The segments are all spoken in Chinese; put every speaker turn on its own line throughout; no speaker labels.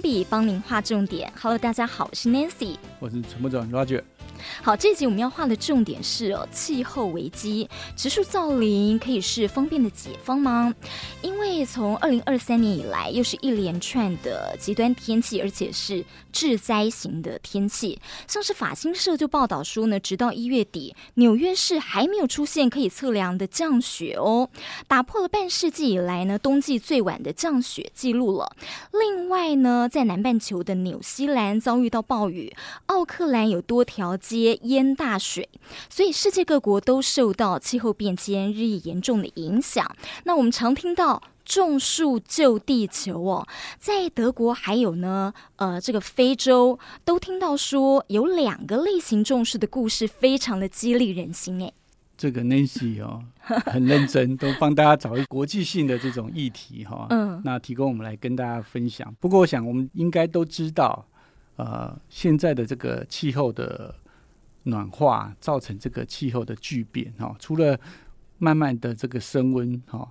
集帮您画重点。Hello，大家好，我是 Nancy。
我是陈部长 Roger。
好，这集我们要画的重点是哦，气候危机，植树造林可以是方便的解方吗？因为从二零二三年以来，又是一连串的极端天气，而且是致灾型的天气，像是法新社就报道说呢，直到一月底，纽约市还没有出现可以测量的降雪哦，打破了半世纪以来呢冬季最晚的降雪记录了。另外呢，在南半球的纽西兰遭遇到暴雨，奥克兰有多条街淹大水，所以世界各国都受到气候变迁日益严重的影响。那我们常听到。种树救地球哦，在德国还有呢，呃，这个非洲都听到说有两个类型种树的故事，非常的激励人心哎。
这个 Nancy 哦，很认真，都帮大家找一国际性的这种议题哈、
嗯
那提供我们来跟大家分享。不过，我想我们应该都知道，呃，现在的这个气候的暖化造成这个气候的巨变哈、除了慢慢的这个升温哈、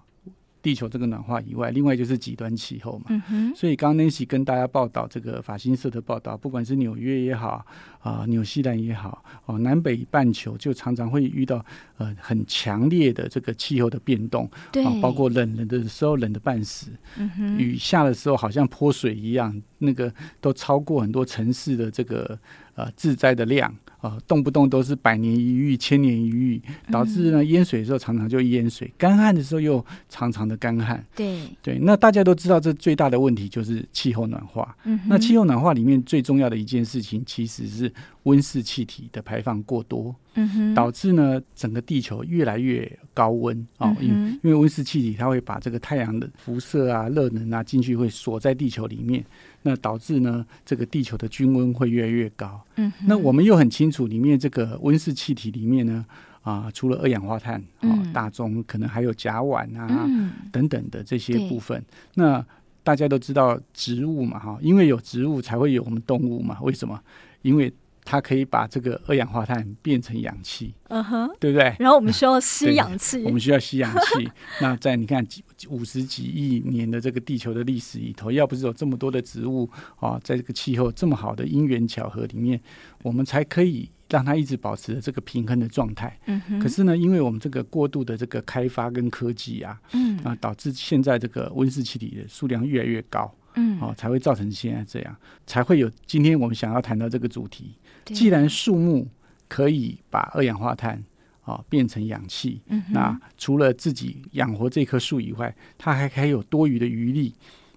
地球这个暖化以外，另外就是极端气候嘛。
嗯哼，
所以刚刚 Nancy 跟大家报道这个法新社的报道，不管是纽约也好啊、纽西兰也好，哦，南北半球就常常会遇到呃很强烈的这个气候的变动，
对，
啊，包括冷冷的时候冷的半死，
嗯哼，
雨下的时候好像泼水一样，那个都超过很多城市的这个呃自灾的量。啊、动不动都是百年一遇、千年一遇，导致
嗯
呢淹水的时候常常就淹水，干旱的时候又常常的干旱。
对，
对，那大家都知道，这最大的问题就是气候暖化。
嗯哼，
那气候暖化里面最重要的一件事情，其实是温室气体的排放过多，
嗯哼，
导致呢整个地球越来越高温哦，因为
嗯
因为温室气体它会把这个太阳的辐射啊、热能啊进去，会锁在地球里面，那导致呢这个地球的均温会越来越高。
哼嗯哼，
那我们又很清楚，里面这个温室气体里面呢，啊、除了二氧化碳、哦
嗯、
大宗，可能还有甲烷啊、
嗯，
等等的这些
对
部分。那大家都知道植物嘛，哈，因为有植物才会有我们动物嘛。为什么？因为它可以把这个二氧化碳变成氧气，
嗯哼，
对不对？
然后我们需要吸
对
氧气
我，们需要吸氧气。 那在你看几五十几亿年的这个地球的历史里头，要不是有这么多的植物啊，在这个气候这么好的因缘巧合里面，我们才可以让它一直保持着这个平衡的状态。
嗯哼，
可是呢，因为我们这个过度的这个开发跟科技啊，
嗯
啊，导致现在这个温室气体的数量越来越高，
嗯，
哦，才会造成现在这样，才会有今天我们想要谈到这个主题。
对
既然树木可以把二氧化碳啊、哦变成氧气，
嗯哼
那除了自己养活这棵树以外，它还还有多余的余力。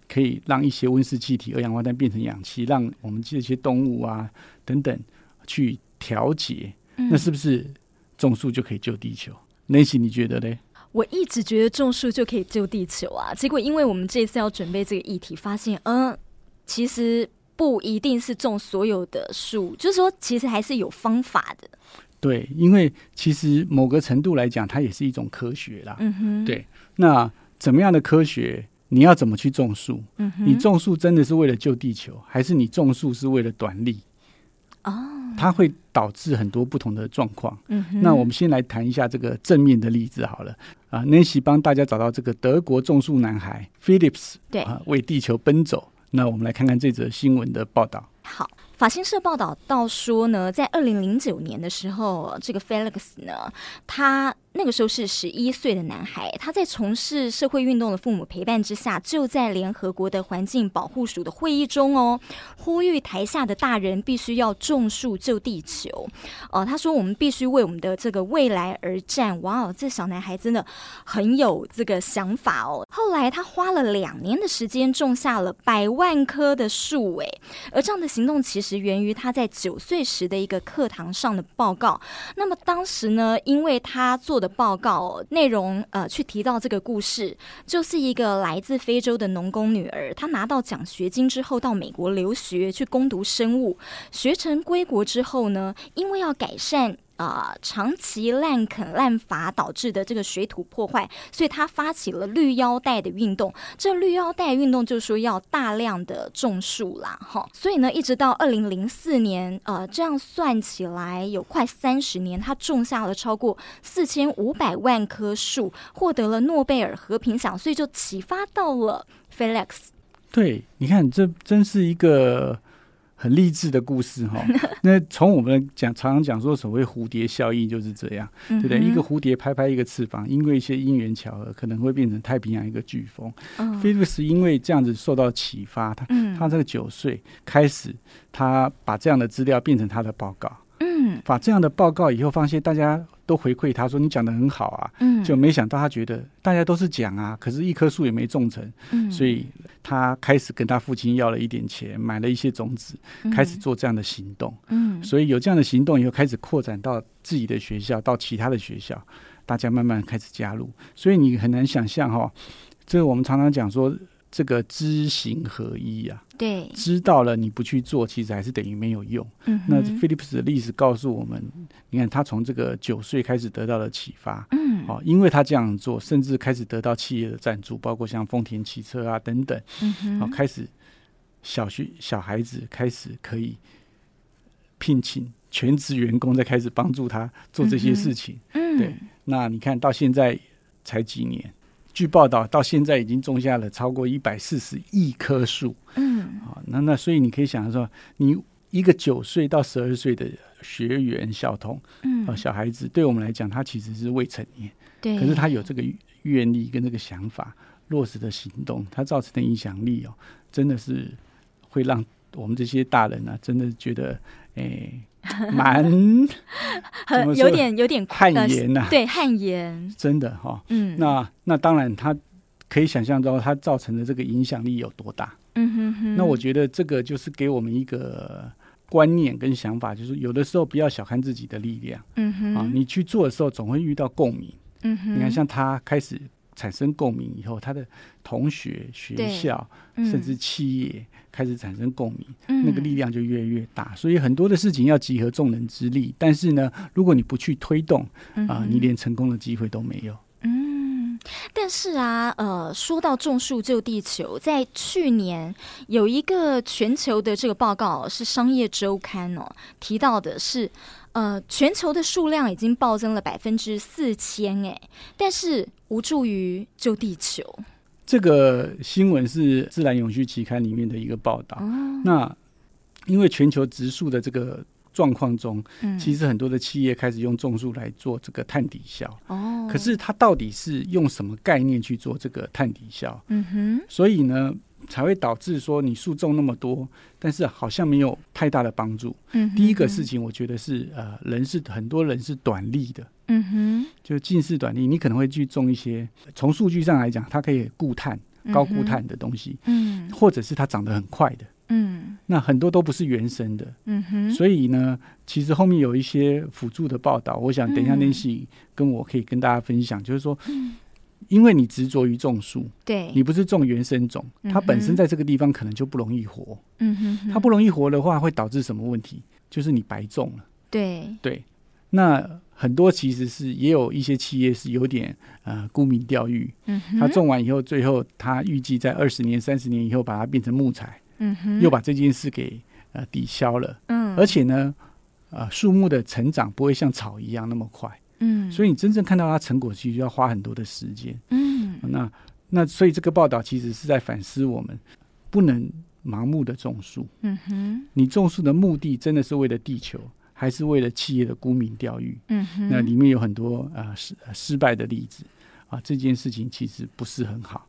可以让一些温室气体二氧化碳变成氧气，让我们这些动物啊等等去调节，那
嗯
是不是种树就可以救地球？Nancy，你觉得嘞？
我一直觉得种树就可以救地球啊，结果因为我们这次要准备这个议题，发现嗯，其实不一定是种所有的树，就是说其实还是有方法的。
对，因为其实某个程度来讲，它也是一种科学啦。
嗯哼，
对那怎么样的科学？你要怎么去种树？
嗯哼，
你种树真的是为了救地球，还是你种树是为了短利？
哦，
它会导致很多不同的状况。
嗯哼，
那我们先来谈一下这个正面的例子好了。啊，Nancy 帮大家找到这个德国种树男孩 Phillips，
对
啊，为地球奔走。那我们来看看这则新闻的报道。
好，法新社报道到说呢，在二零零九年的时候，这个 Felix 呢，他那个时候是十一岁的男孩，他在从事社会运动的父母陪伴之下，就在联合国的环境保护署的会议中哦，呼吁台下的大人必须要种树救地球。哦、他说我们必须为我们的这个未来而战。哇哦，这小男孩真的很有这个想法哦。后来他花了两年的时间，种下了百万棵的树，诶，而这样的行动其实源于他在九岁时的一个课堂上的报告。那么当时呢，因为他做的报告哦内容，呃，去提到这个故事，就是一个来自非洲的农工女儿，她拿到奖学金之后到美国留学去攻读生物，学成归国之后呢，因为要改善。啊、长期滥垦滥伐导致的这个水土破坏，所以他发起了绿腰带的运动。这绿腰带运动就说要大量的种树啦，哈，所以呢，一直到二零零四年，呃，这样算起来有快三十年，他种下了超过四千五百万棵树，获得了诺贝尔和平奖，所以就启发到了 Felix。
对，你看这真是一个很励志的故事 哈、那从我们讲常常讲说所谓蝴蝶效应就是这样，
对
对不对？一个蝴蝶拍拍一个翅膀，因为一些因缘巧合，可能会变成太平洋一个飓风。菲利普斯因为这样子受到启发，他
嗯
他这个九岁开始，他把这样的资料变成他的报告，
嗯
把这样的报告以后，发现大家都回馈他说你讲的很好啊，
嗯，
就没想到他觉得大家都是讲啊，可是一棵树也没种成，
嗯
所以他开始跟他父亲要了一点钱，买了一些种子，开始做这样的行动。
嗯嗯
所以有这样的行动以后，开始扩展到自己的学校，到其他的学校，大家慢慢开始加入。所以你很难想象哈、这个我们常常讲说这个知行合一啊，
对，
知道了你不去做，其实还是等于没有用。
嗯
那
哼
菲利普斯的历史告诉我们，你看他从这个九岁开始得到了启发。
嗯
哦，因为他这样做，甚至开始得到企业的赞助，包括像丰田汽车啊等等。
嗯
好、
哼
开始小学小孩子开始可以聘请全职员工，再开始帮助他做这些事情。
嗯
对那你看到现在才几年？据报道，到现在已经种下了超过一百四十亿棵树
嗯
啊！那那所以你可以想说，你一个九岁到十二岁的学员小童啊、
嗯
小孩子，对我们来讲，他其实是未成年，
对，
可是他有这个
哎
愿力跟这个想法，落实的行动，他造成的影响力哦，真的是会让我们这些大人啊，真的觉得诶，蛮 怎
很
么说
有点有点
汗
呃
颜呐、
对汗颜，
真的哈、
嗯
那那当然，他可以想象到他造成的这个影响力有多大。
嗯哼哼，
那我觉得这个就是给我们一个观念跟想法，就是有的时候不要小看自己的力量
嗯哼
啊，你去做的时候总会遇到共鸣。
嗯哼，
你看，像他开始产生共鸣以后，他的同学、学
对
校，
嗯
甚至企业开始产生共鸣，
那
那个力量就越来越大。所以很多的事情要集合众人之力，但是呢，如果你不去推动啊、你连成功的机会都没有。
嗯，但是啊，呃，说到种树救地球，在去年有一个全球的这个报告是《商业周刊》哦，提到的是，呃，全球的数量已经暴增了百分之四千，哎，但是无助于救地球。
这个新闻是《自然永续》期刊里面的一个报道。
哦
那因为全球植树的这个状况中，
嗯，
其实很多的企业开始用种树来做这个碳抵消。
哦，
可，是它到底是用什么概念去做这个碳抵消？
嗯哼，
所以呢，才会导致说你树种那么多，但是好像没有太大的帮助。
嗯哼，
第一个事，情，我觉得是呃，人是很多人是短利的，
嗯
就近视短利，你可能会去种一些从数据上来讲，它可以固碳、
嗯哼，
高固碳的东西，
嗯哼，
或者是它长得很快的。
嗯
那很多都不是原生的，
嗯嗯哼，
所以呢，其实后面有一些辅助的报道，我想等一下
嗯
Nancy 跟我可以跟大家分享，就是说，因为你执着于种树，
对，
你不是种原生种，它本
嗯
身
哼
在这个地方可能就不容易活。
嗯哼哼，
它不容易活的话，会导致什么问题？就是你白种了。
对，
对，那很多其实是也有一些企业是有点呃沽名钓誉，
嗯哼，
它种完以后，最后它预计在二十年、三十年以后把它变成木材，
嗯哼，
又把这件事给呃抵消了。
嗯，
而且呢，呃，树木的成长不会像草一样那么快，
嗯，
所以你真正看到它成果，其实要花很多的时间。
嗯
那那所以这个报道其实是在反思我们不能盲目的种树。
嗯哼，
你种树的目的真的是为了地球，还是为了企业的沽名钓誉？
嗯哼，
那里面有很多呃失呃失败的例子啊，这件事情其实不是很好。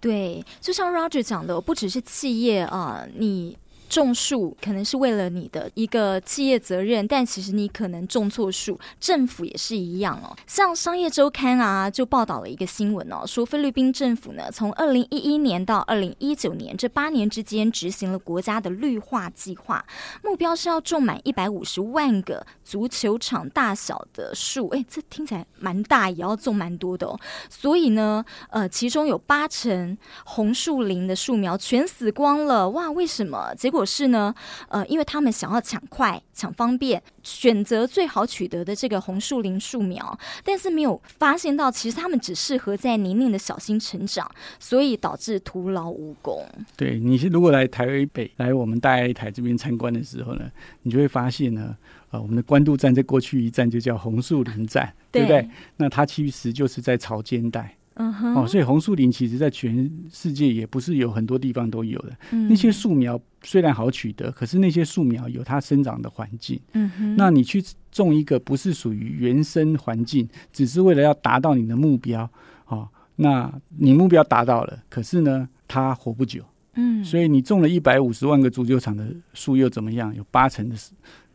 对，就像 Roger 讲的，不只是企业啊、你。种树可能是为了你的一个企业责任，但其实你可能种错树，政府也是一样哦。像《商业周刊》啊，就报道了一个新闻哦，说菲律宾政府呢，从二零一一年到二零一九年这八年之间，执行了国家的绿化计划，目标是要种满一百五十万个足球场大小的树。诶，这听起来蛮大，也要种蛮多的哦。所以呢，呃，其中有八成红树林的树苗全死光了，哇，为什么？结果是呢，呃，因为他们想要抢快、抢方便，选择最好取得的这个红树林树苗，但是没有发现到，其实他们只适合在泥泞的小心成长，所以导致徒劳无功。
对你是如果来台北来我们大爱台这边参观的时候呢，你就会发现呢，呃，我们的关渡站在过去一站就叫红树林站，对不对？？那它其实就是在潮间带，
嗯哼，
哦，所以红树林其实在全世界也不是有很多地方都有的。
嗯
那些树苗虽然好取得，可是那些树苗有它生长的环境。
嗯哼，
那你去种一个不是属于原生环境，只是为了要达到你的目标，哦，那你目标达到了，可是呢，它活不久。
嗯，
所以你种了一百五十万个足球场的树又怎么样？有八成的死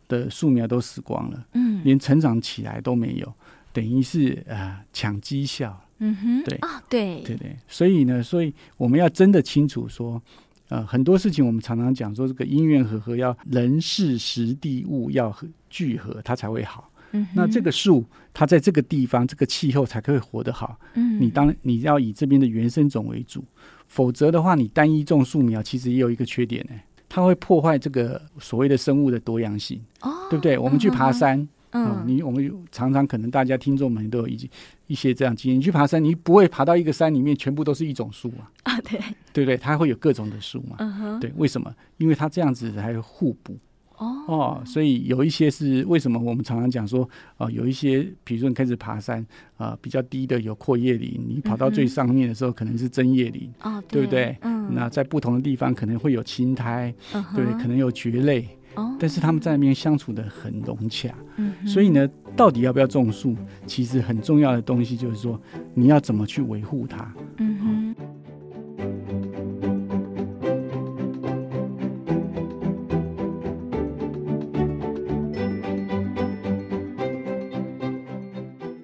的树苗都死光了，
嗯
连成长起来都没有，等于是啊抢绩效。
嗯哼，
对
啊，对
对对，所以呢，所以我们要真的清楚说，呃，很多事情我们常常讲说，这个因缘和合要人事时地物要合聚合，它才会好。
嗯哼，
那这个树，它在这个地方、这个气候才可以活得好。
嗯，
你当你要以这边的原生种为主，否则的话，你单一种树苗其实也有一个缺点呢、它会破坏这个所谓的生物的多样性，
哦，
对不对？我们去爬山，哦，
嗯，
你我们有常常可能大家听众们都有一一些这样经验，你去爬山，你不会爬到一个山里面全部都是一种树嘛，
啊，对，
对不对？它会有各种的树嘛，
嗯哼，
对，为什么？因为它这样子才互补
哦，
哦，所以有一些是为什么我们常常讲说，啊，有一些比如说你开始爬山啊、比较低的有阔叶林，你跑到最
嗯哼
上面的时候可能是针叶林，
哦，
对不对
嗯，
那在不同的地方可能会有青苔，
嗯
对，
哼
可能有蕨类，
哦，
但是他们在那边相处的很融洽。
嗯哼
所以呢，到底要不要种树，其实很重要的东西就是说，你要怎么去维护它。
嗯
哦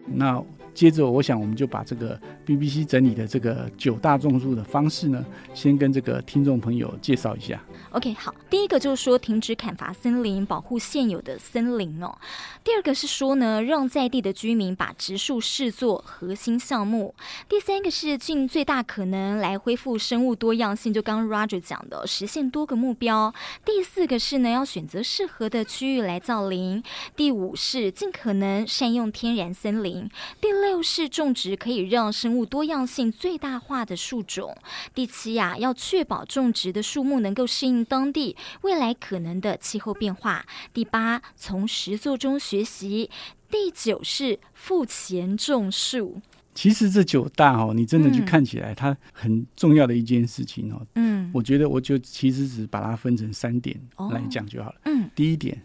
那接着，我想我们就把这个 BBC 整理的这个九大种树的方式呢，先跟这个听众朋友介绍一下。
哼，OK，好，第一个就是说停止砍伐森林，保护现有的森林哦。第二个是说呢，让在地的居民把植树视作核心项目。第三个是尽最大可能来恢复生物多样性，就刚刚 Roger 讲的，哦实现多个目标。第四个是呢，要选择适合的区域来造林。第五是尽可能善用天然森林。第六是种植可以让生物多样性最大化的树种。第七呀、要确保种植的树木能够适应当地未来可能的气候变化。第八，从实作中学习。第九是付钱种树。
其实这九大哦，你真的去
嗯
看起来，它很重要的一件事情哦。
嗯哦
我觉得我就其实只把它分成三点来讲就好了。
嗯，
第一点，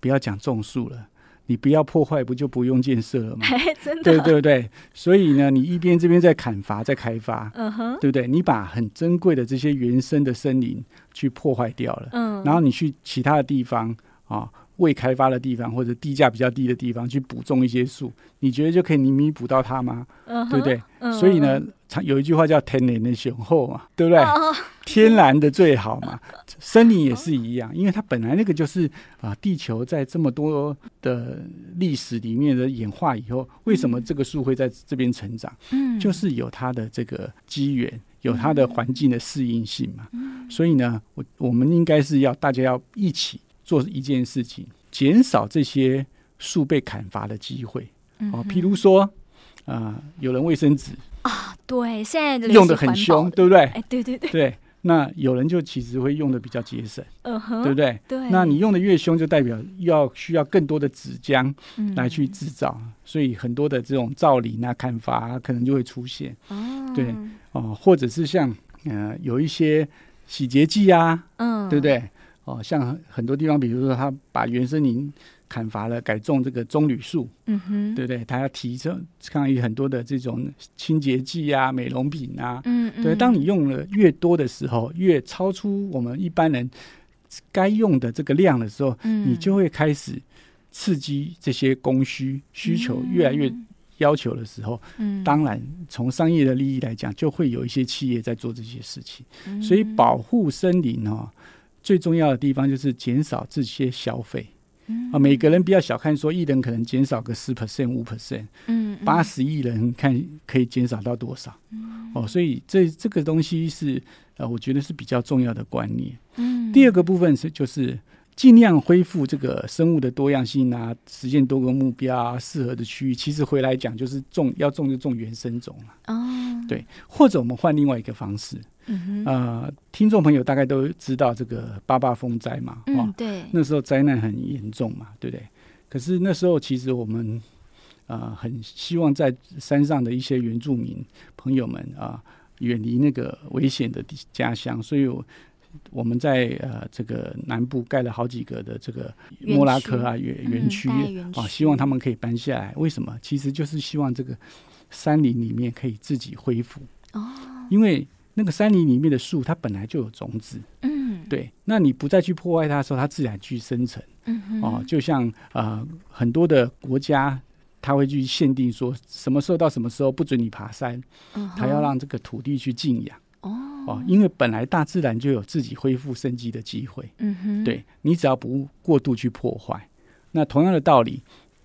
不要讲种树了，你不要破坏，不就不用建设了吗？
哎， 真的，
嗯 对对对，所以呢，你一边这边在砍伐，在开发，
嗯哼，
对不对？你把很珍贵的这些原生的森林去破坏掉了，
嗯，
然后你去其他的地方啊，未开发的地方或者地价比较低的地方去补种一些树，你觉得就可以弥补到它吗？
嗯哼
对不对？
嗯
所以呢，常有一句话叫“天然的雄厚”嘛，对不对？
哦
天然的最好嘛，森林也是一样，因为它本来那个就是啊、地球在这么多的历史里面的演化以后，为什么这个树会在这边成长？
嗯，
就是有它的这个机缘，有它的环境的适应性嘛。
嗯
所以呢，我我们应该是要大家要一起做一件事情，减少这些树被砍伐的机会
嗯
哦。譬如说，啊、有人卫生纸
对，现在流行
用的
环
很
保
凶，，对不对？
哎，对对对，
对，那有人就其实会用的比较节省，
嗯哼，
对不对？
对，
那你用的越凶，就代表要需要更多的纸浆
嗯
来去制造，所以很多的这种造林啊、砍伐啊，可能就会出现
哦
对哦、或者是像呃有一些洗洁剂啊，
嗯，
对不？对？哦、像很很多地方，比如说他把原生林砍伐了，改种这个棕榈树，
嗯哼，
对不对？他要提升抗议很多的这种清洁剂啊、美容品啊，
嗯嗯，
对，当你用了越多的时候，越超出我们一般人该用的这个量的时候，
嗯
你就会开始刺激这些供需需求越来越
嗯
要求的时候，
嗯
当然从商业的利益来讲，就会有一些企业在做这些事情。
嗯
所以保护森林哦，最重要的地方就是减少这些消费。
嗯
啊，每个人不要小看说一人可能减少个十 percent、五 percent，
嗯嗯
八十亿人看可以减少到多少？哦，所以这这个东西是呃，我觉得是比较重要的观念。
嗯
呃第二个部分是就是尽量恢复这个生物的多样性啊，实现多个目标啊，适合的区域。其实回来讲就是种要种就种原生种嘛，
哦，
对。或者我们换另外一个方式，
嗯哼，
呃，听众朋友大概都知道这个八八风灾嘛，哦，
嗯对，
那时候灾难很严重嘛，对不对？可是那时候其实我们呃，很希望在山上的一些原住民朋友们啊、远离那个危险的地家乡，所以我我们在呃这个南部盖了好几个的这个
园
莫拉克啊园园
嗯
区
大爱园
啊，
区
希望他们可以搬下来。为什么？其实就是希望这个山林里面可以自己恢复，
哦，
因为那个山林里面的树它本来就有种子，
嗯，
对，那你不再去破坏它的时候，它自然去生成。
嗯哼，
哦，就像呃很多的国家，他会去限定说什么时候到什么时候不准你爬山，
嗯哼，
他要让这个土地去静养
哦，
哦，因为本来大自然就有自己恢复生机的机会，
嗯哼，，
对你只要不过度去破坏，那同样的道理。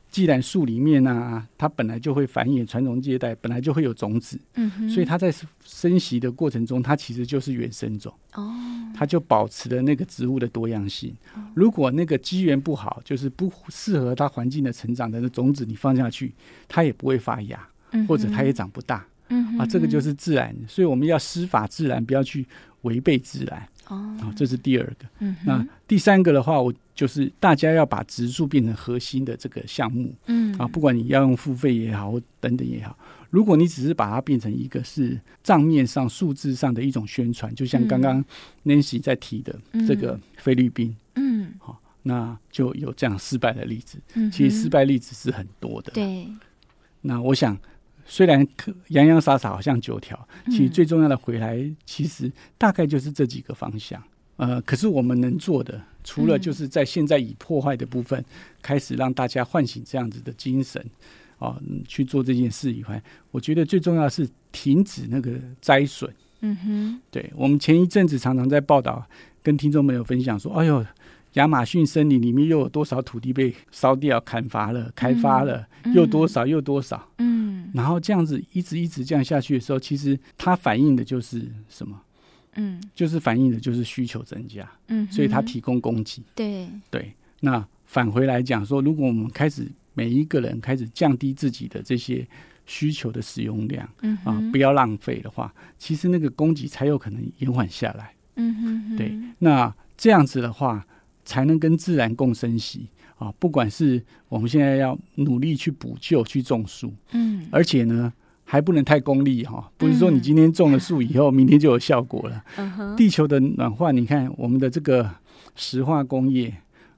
既然树里面呢、它本来就会繁衍、传宗接代，本来就会有种子，
嗯哼，
所以它在生息的过程中，它其实就是原生种。
哦，
它就保持了那个植物的多样性。如果那个机缘不好，就是不适合它环境的成长的那种子，你放下去，它也不会发芽，
嗯
或者它
哼
也，长不大
嗯哼
啊。这个就
哼
是自然，所以我们要施法自然，不要去违背自然
哦，
啊。这是第二个。
嗯哼
那第三个的话，我就是大家要把植树变成核心的这个项目
嗯
啊，不管你要用付费也好，或等等也好。如果你只是把它变成一个是账面上、数字上的一种宣传，就像刚刚 Nancy 在提的这个菲律宾，
嗯
那就有这样失败的例子。
嗯，
其实失
哼
败例子是很多的。，
对，
那我想，虽然可洋洋洒洒好像九条，其实
嗯
最重要的回来，其实大概就是这几个方向。呃，可是我们能做的，除了
嗯
就是在现在已破坏的部分，开始让大家唤醒这样子的精神，哦、嗯去做这件事以外，我觉得最重要的是停止那个摘损。
嗯哼，
对我们前一阵子常常在报道，跟听众朋友分享说，哎呦，亚马逊森林里面又有多少土地被烧掉、砍伐了、开发了，又多少又多少。
嗯
然后这样子一直一直这样下去的时候，其实它反映的就是什么？
嗯
就是反映的就是需求增加，
嗯哼，
所以它提供供给。
对，
对，那返回来讲说，如果我们开始每一个人开始降低自己的这些需求的使用量
嗯
啊，
哼
不，要浪费的话，其实那个供给才有可能延缓下来。
嗯哼哼，
对那这样子的话，才能跟自然共生息啊。不管是我们现在要努力去补救、去种树，
嗯，
而且呢，还不能太功利哈、不是说你
嗯
今天种了树以后，明天就有效果了。
嗯哼，
地球的暖化，你看我们的这个石化工业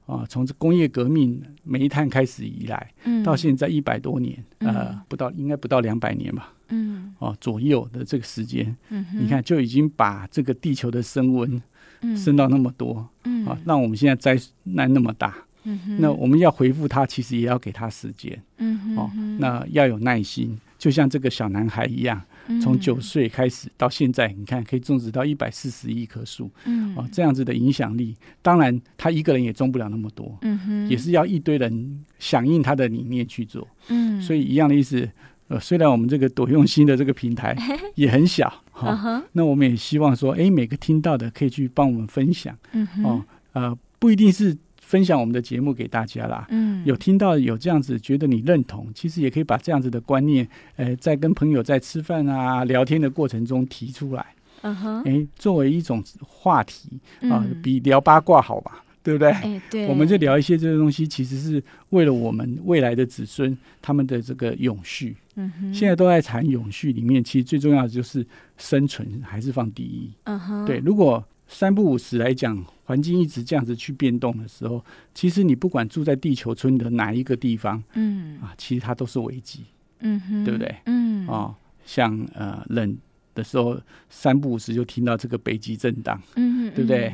啊，从这工业革命煤炭开始以来，到
嗯
现在一百多年，呃
嗯，
不到应该不到两百年吧，
嗯
哦、左右的这个时间，
嗯哼，
你看就已经把这个地球的升温
嗯
升到那么多。
嗯
啊，让我们现在灾难那么大，
嗯哼
那我们要回复他，其实也要给他时间
嗯哼
哦
哼，
那要有耐心。就像这个小男孩一样，从
嗯
九岁开始到现在，你看可以种植到一百四十亿棵树
嗯
哦，这样子的影响力。当然，他一个人也种不了那么多，
嗯哼
也是要一堆人响应他的理念去做。
嗯，
所以一样的意思，呃，虽然我们这个朵用心的这个 平台也很小
嗯
哈，
哼
那我们也希望说，诶，每个听到的可以去帮我们分享。
嗯哼
哦，呃，不一定是分享我们的节目给大家啦。
嗯
有听到有这样子，觉得你认同，其实也可以把这样子的观念，呃，在跟朋友在吃饭啊、聊天的过程中提出来，
嗯哼
诶，作为一种话题哎啊、
嗯
比聊八卦好吧，对不对？
哎对，
我们就聊一些这些东西，其实是为了我们未来的子孙他们的这个永续。
嗯哼
现在都在谈永续，里面其实最重要的就是生存还是放第一。
嗯哼
对，如果三不五时来讲，环境一直这样子去变动的时候，其实你不管住在地球村的哪一个地方
嗯
啊，其实它都是危机
嗯哼
对不对
嗯
啊。像呃冷的时候，三不五时就听到这个北极震荡，
嗯
对不对？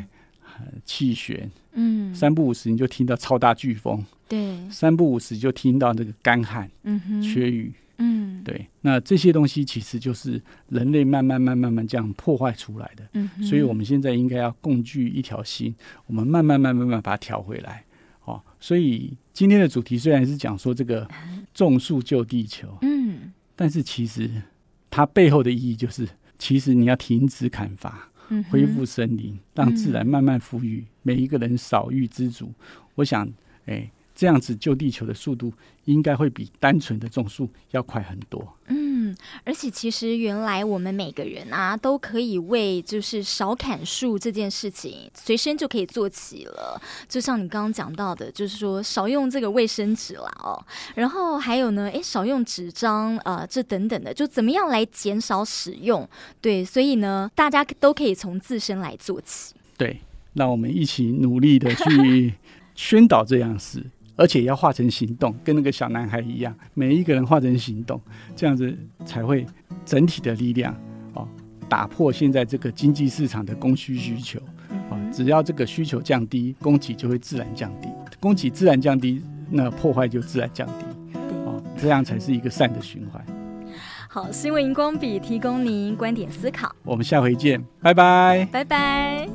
呃气旋，
嗯
三不五时你就听到超大飓风，
对
三不五时就听到这个干旱、
嗯哼
缺雨。
嗯
对，那这些东西其实就是人类慢慢、慢慢、慢慢这样破坏出来的。
嗯哼
所以我们现在应该要共聚一条心，我们慢慢、慢慢、慢慢把它调回来。哦，所以今天的主题虽然是讲说 这个种树救地球，
嗯
但是其实它背后的意义就是，其实你要停止砍伐，
嗯
恢
哼
复森林，让自然慢慢富裕，每一个人少欲知足。我想，哎，这样子救地球的速度应该会比单纯的种树要快很多。
嗯，而且其实原来我们每个人啊，都可以为就是少砍树这件事情，随身就可以做起了。就像你刚刚讲到的，就是说少用这个卫生纸啦哦，然后还有呢，诶，少用纸张呃，这等等的，就怎么样来减少使用？对，所以呢，大家都可以从自身来做起。
对，让我们一起努力的去宣导这样事，而且要化成行动，跟那个小男孩一样，每一个人化成行动，这样子才会整体的力量哦，打破现在这个经济市场的供需需求啊、
嗯
哦只要这个需求降低，供给就会自然降低，供给自然降低，那破坏就自然降低
对
哦，这样才是一个善的循环。
好，新闻荧光笔提供您观点思考，
我们下回见，拜拜。
拜拜。